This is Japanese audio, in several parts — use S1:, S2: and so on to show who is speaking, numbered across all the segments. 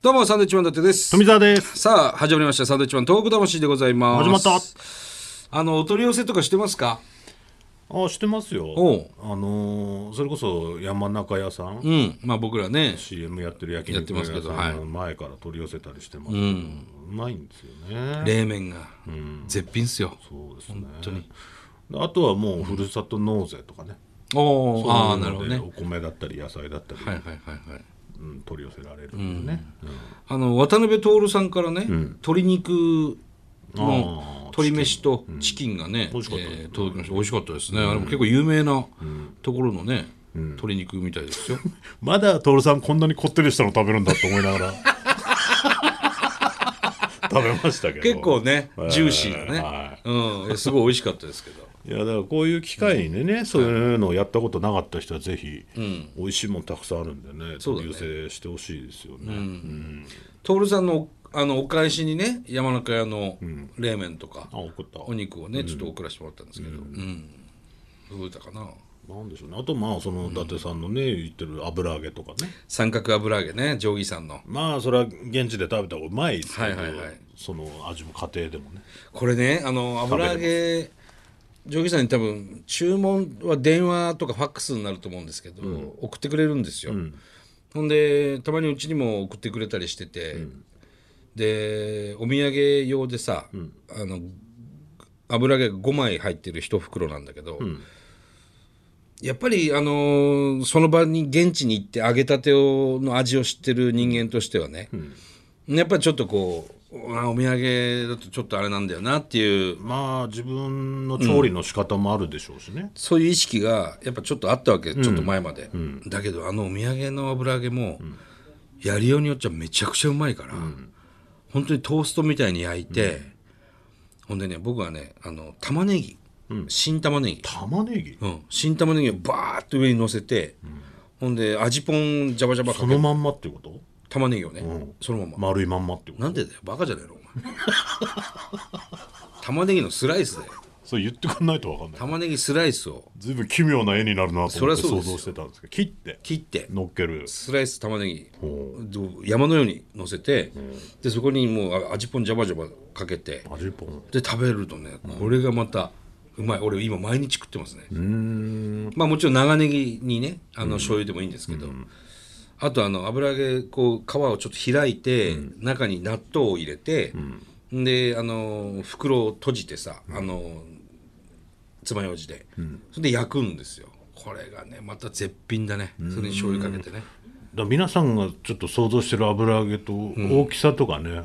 S1: どうも、サンドウィッチマン伊達です。
S2: 富澤です。
S1: さあ、始まりました。サンドウィッチマントーク魂でございます。
S2: 始まった。
S1: あの、お取り寄せとかしてますか
S2: あ、してますよ。
S1: おう
S2: あのーそれこそ山中屋さん、
S1: うん。まあ、僕らね、
S2: CM やってる焼
S1: やって
S2: 肉
S1: ま
S2: 屋
S1: すけ
S2: さ
S1: ど
S2: ん
S1: は
S2: の前から取り寄せたりしてますけど。うまいんですよね。
S1: 冷麺が、絶品っすよ。
S2: そうですね。
S1: 本当に。
S2: あとはもうふるさと納税とかね。
S1: お
S2: そ
S1: お、
S2: ういうの
S1: ああ、なるほどね。
S2: で
S1: は
S2: お米だったり野菜だったり、
S1: いはいはいはい。
S2: うん、取り寄せられるんでね。うん
S1: あの、渡辺徹さんからね、
S2: ん
S1: 鶏肉の
S2: あー
S1: 鶏飯とチキンがね、
S2: 美味しかったです
S1: えー届きました。美味しかったですね。あれも結構有名なところのね、鶏肉みたい ですよ。
S2: まだ徹さんこんなにこってりしたの食べるんだと思いなが ら 食べましたけど
S1: 結構ね、ジューシーなね。
S2: は
S1: うんいや。すごい美味しかったですけど。
S2: いやだからこういう機会にね、そういうのをやったことなかった人はぜひ、美味しいもんたくさんあるんでね
S1: そうだ
S2: 取
S1: ね
S2: り寄せしてほしいですよね、
S1: 徹さんのあのお返しにね山中屋の冷麺とか、
S2: あ送った
S1: お肉をねちょっと送らせてもらったんですけど、うん届いたかな
S2: なんでしょうねあとまあその伊達さんのね言ってる油揚げとかね
S1: 三角油揚げね定規さんの
S2: まあそれは現地で食べた方がうまいですけど、
S1: はいはいはい
S2: その味も家庭でもね
S1: これねあの油揚げ定規さんに多分注文は電話とかファックスになると思うんですけど、送ってくれるんですよ、ほんでたまにうちにも送ってくれたりしてて、でお土産用でさ、あの油揚げが5枚入ってる1袋なんだけど、やっぱり、あのーその場に現地に行って揚げたてをの味を知ってる人間としてはね、やっぱりちょっとこうあお土産だとちょっとあれなんだよなっていう
S2: まあ自分の調理の仕方もあるでしょうしね、
S1: そういう意識がやっぱちょっとあったわけ、ちょっと前まで、だけどあのお土産の油揚げも、やりようによっちゃめちゃくちゃうまいから、本当にトーストみたいに焼いて、ほんでね僕はねあの玉ねぎ、新玉ねぎ
S2: 玉ねぎ
S1: うん、新玉ねぎをバーッと上に乗せて、ほんで味ポンジャバジャバ
S2: そ
S1: かけ
S2: のまんまってこと
S1: 玉ねぎをね、
S2: ん
S1: そのまま
S2: 丸いまんまってこと
S1: なんでだよバカじゃないのお前玉ねぎのスライスだよ
S2: それ言ってくんないとわかんない
S1: 玉ねぎスライスを
S2: ずいぶん奇妙な絵になるなと
S1: そり
S2: 思っ
S1: ゃ
S2: て
S1: そうで
S2: 想
S1: すよ
S2: 像してたんですけど切って
S1: 切って
S2: 乗っける
S1: スライス玉ねぎ
S2: ほ
S1: 山のように乗せて、でそこにもうあ味ポンジャバジャバかけて
S2: 味ぽん
S1: で食べるとねこれがまたうまい俺今毎日食ってますねまあもちろん長ネギにねあの醤油でもいいんですけど、あとあの油揚げこう皮をちょっと開いて、中に納豆を入れて、であの袋を閉じてさ、あの爪楊枝で、それで焼くんですよこれがねまた絶品だねそれに醤油かけてね
S2: だから皆さんがちょっと想像してる油揚げと大きさとかね、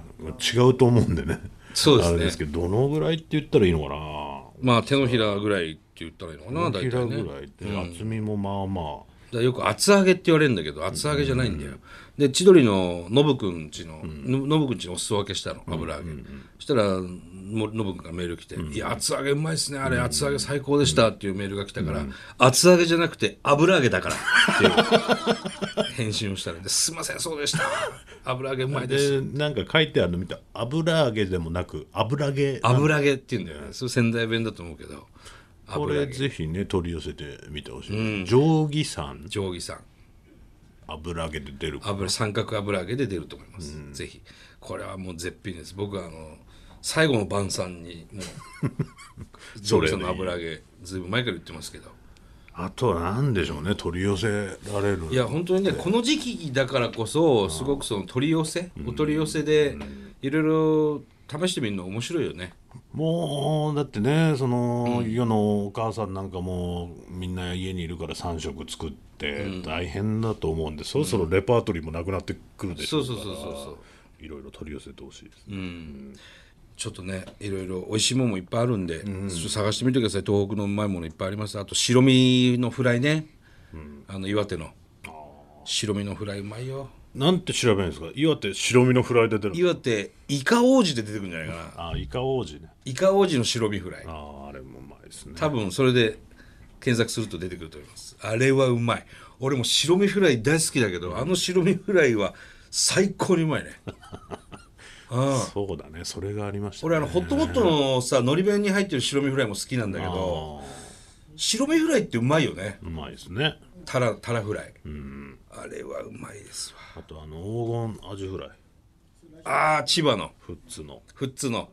S2: 違うと思うんでね
S1: そうですね
S2: あれですけどどのぐらいって言ったらいいのかな
S1: まあ手のひらぐらいって言ったらいいのかな
S2: 手
S1: 大
S2: のひ
S1: 体
S2: らぐ
S1: ね
S2: らいで、厚みもまあま
S1: だからよく厚揚げって言われるんだけど厚揚げじゃないんだよ、で千鳥のノブくんちののノブくんちのお裾分けしたの油揚げ、そしたらもノブくんからメール来て「いや厚揚げうまいっすねあれ厚揚げ最高でした」っていうメールが来たから、厚揚げじゃなくて油揚げだからっていう返信をしたらで「すいませんそうでした油揚げうま
S2: あ
S1: いです」
S2: でなんか書いてあるの見た油揚げでもなく油揚げ
S1: 油揚げって言うんだよねそれ仙台弁だと思うけど
S2: こ
S1: 油揚
S2: れ
S1: げ
S2: ぜひね取り寄せてみてほしい、定規山
S1: 定規さん
S2: 油揚げで出るか
S1: 油三角油揚げで出ると思います、ぜひこれはもう絶品です僕はあの最後の晩餐に もうジョーさんの油揚げずいぶん前から言ってますけど
S2: あとは何でしょうね取り寄せられる
S1: いや本当にねこの時期だからこそすごくその取り寄せお取り寄せでいろいろ試してみるの面白いよね
S2: もうだってねその、世のお母さんなんかもうみんな家にいるから3食作って大変だと思うんで、そろそろレパートリーもなくなってくるでし
S1: そ
S2: ょ
S1: う
S2: か
S1: そう
S2: ら
S1: そうそうそう
S2: いろいろ取り寄せてほしいです、
S1: ちょっとねいろいろ美味しいものもいっぱいあるんで、ちょっと探してみてください東北のうまいものいっぱいありますあと白身のフライね、あの岩手の白身のフライうまいよ
S2: なんて調べるんですか岩手白身のフライで出る
S1: 岩手イカ王子で出てくるんじゃないかな
S2: あイカ王子ね
S1: イカ王子の白身フライ
S2: あああれもうまいですね
S1: 多分それで検索すると出てくると思いますあれはうまい俺も白身フライ大好きだけどあの白身フライは最高にう まいねああ
S2: そうだねそれがありましたね
S1: 俺あのホットモットのさのり弁に入ってる白身フライも好きなんだけど
S2: あ
S1: 白身フライってうまいよね
S2: ーうまいですね
S1: タラタラフライあれはうまいですわ
S2: あとあの黄金アジフライ
S1: ああ千葉の
S2: フッツの
S1: 富津の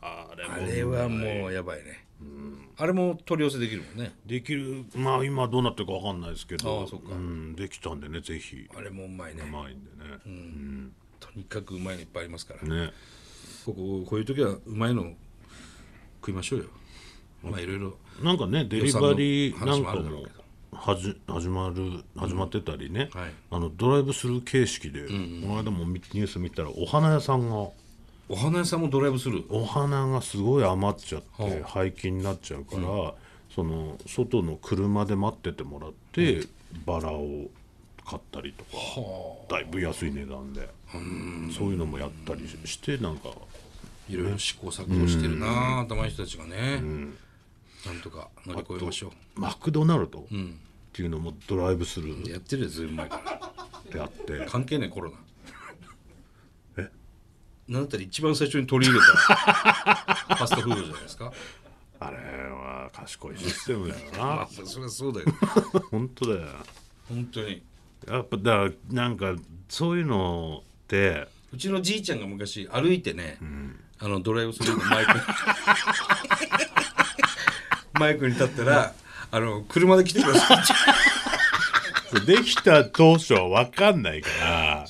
S2: あれも
S1: あれはもうやばいね、あれも取り寄せできるもんね
S2: できるまあ今どうなってるかわかんないですけど
S1: ああそっか
S2: うん、できたんでねぜひ
S1: あれもうまいね
S2: うまいんでね、
S1: とにかくうまいのいっぱいありますから、
S2: ね
S1: こここういう時はうまいの食いましょうよまあいろいろ
S2: なんかねデリバリー
S1: 予
S2: な
S1: 算の話
S2: ん
S1: もあ
S2: か
S1: るだろう
S2: も
S1: けど
S2: はじ始まる始まってたりね、
S1: はい
S2: あのドライブスルー形式で、この間もニュース見たらお花屋さんが
S1: お花屋さんもドライブする
S2: お花がすごい余っちゃって、
S1: は
S2: 廃棄になっちゃうから、その外の車で待っててもらって、バラを買ったりとかだいぶ安い値段で、そういうのもやったりしてなんか
S1: いろいろ試行錯誤してるな、頭いい人たちがね、なんとか乗り越えましょ
S2: マクドナルドっていうのもドライブスル
S1: う
S2: ー
S1: やってるよずいぶん前から
S2: であって、
S1: 関係ないコロナ
S2: え
S1: なんだったら一番最初に取り入れたファストフードじゃないですか
S2: あれは賢いシステムだよ
S1: まあ
S2: な
S1: そりゃそうだよね
S2: 本当だよ
S1: 本当に
S2: やっぱだからなんかそういうのって
S1: うちのじいちゃんが昔歩いてね、あのドライブスルーのマイ クにマイクに立ったらあの車で来てくださいって
S2: できた当初は分かんないから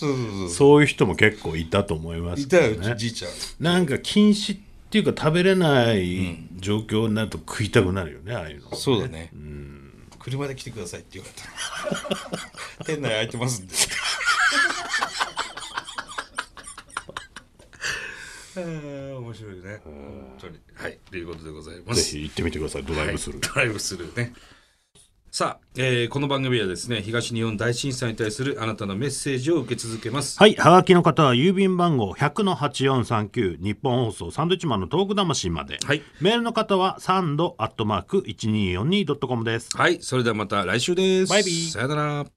S2: そういう人も結構いたと思いま
S1: 言
S2: す
S1: った
S2: け
S1: よう
S2: ど
S1: ち
S2: ね
S1: じいちゃん
S2: なんか禁止っていうか食べれない状況になると食いたくなるよねああいうの
S1: そうだね、車で来てくださいって言われた店内空いてますん であー面白いね本当にはいということでございま
S2: ぜ
S1: す
S2: ひ行ってみてくださいドライブする、
S1: ドライブスルーね。さあ、えーこの番組はですね、東日本大震災に対するあなたのメッセージを受け続けます。
S2: はい。はがきの方は郵便番号100-8439日本放送サンドイッチマンのトーク魂まで。
S1: はい
S2: メールの方はサンドアットマーク 1242.com です。
S1: はい、それではまた来週です。
S2: バイビー
S1: さよなら。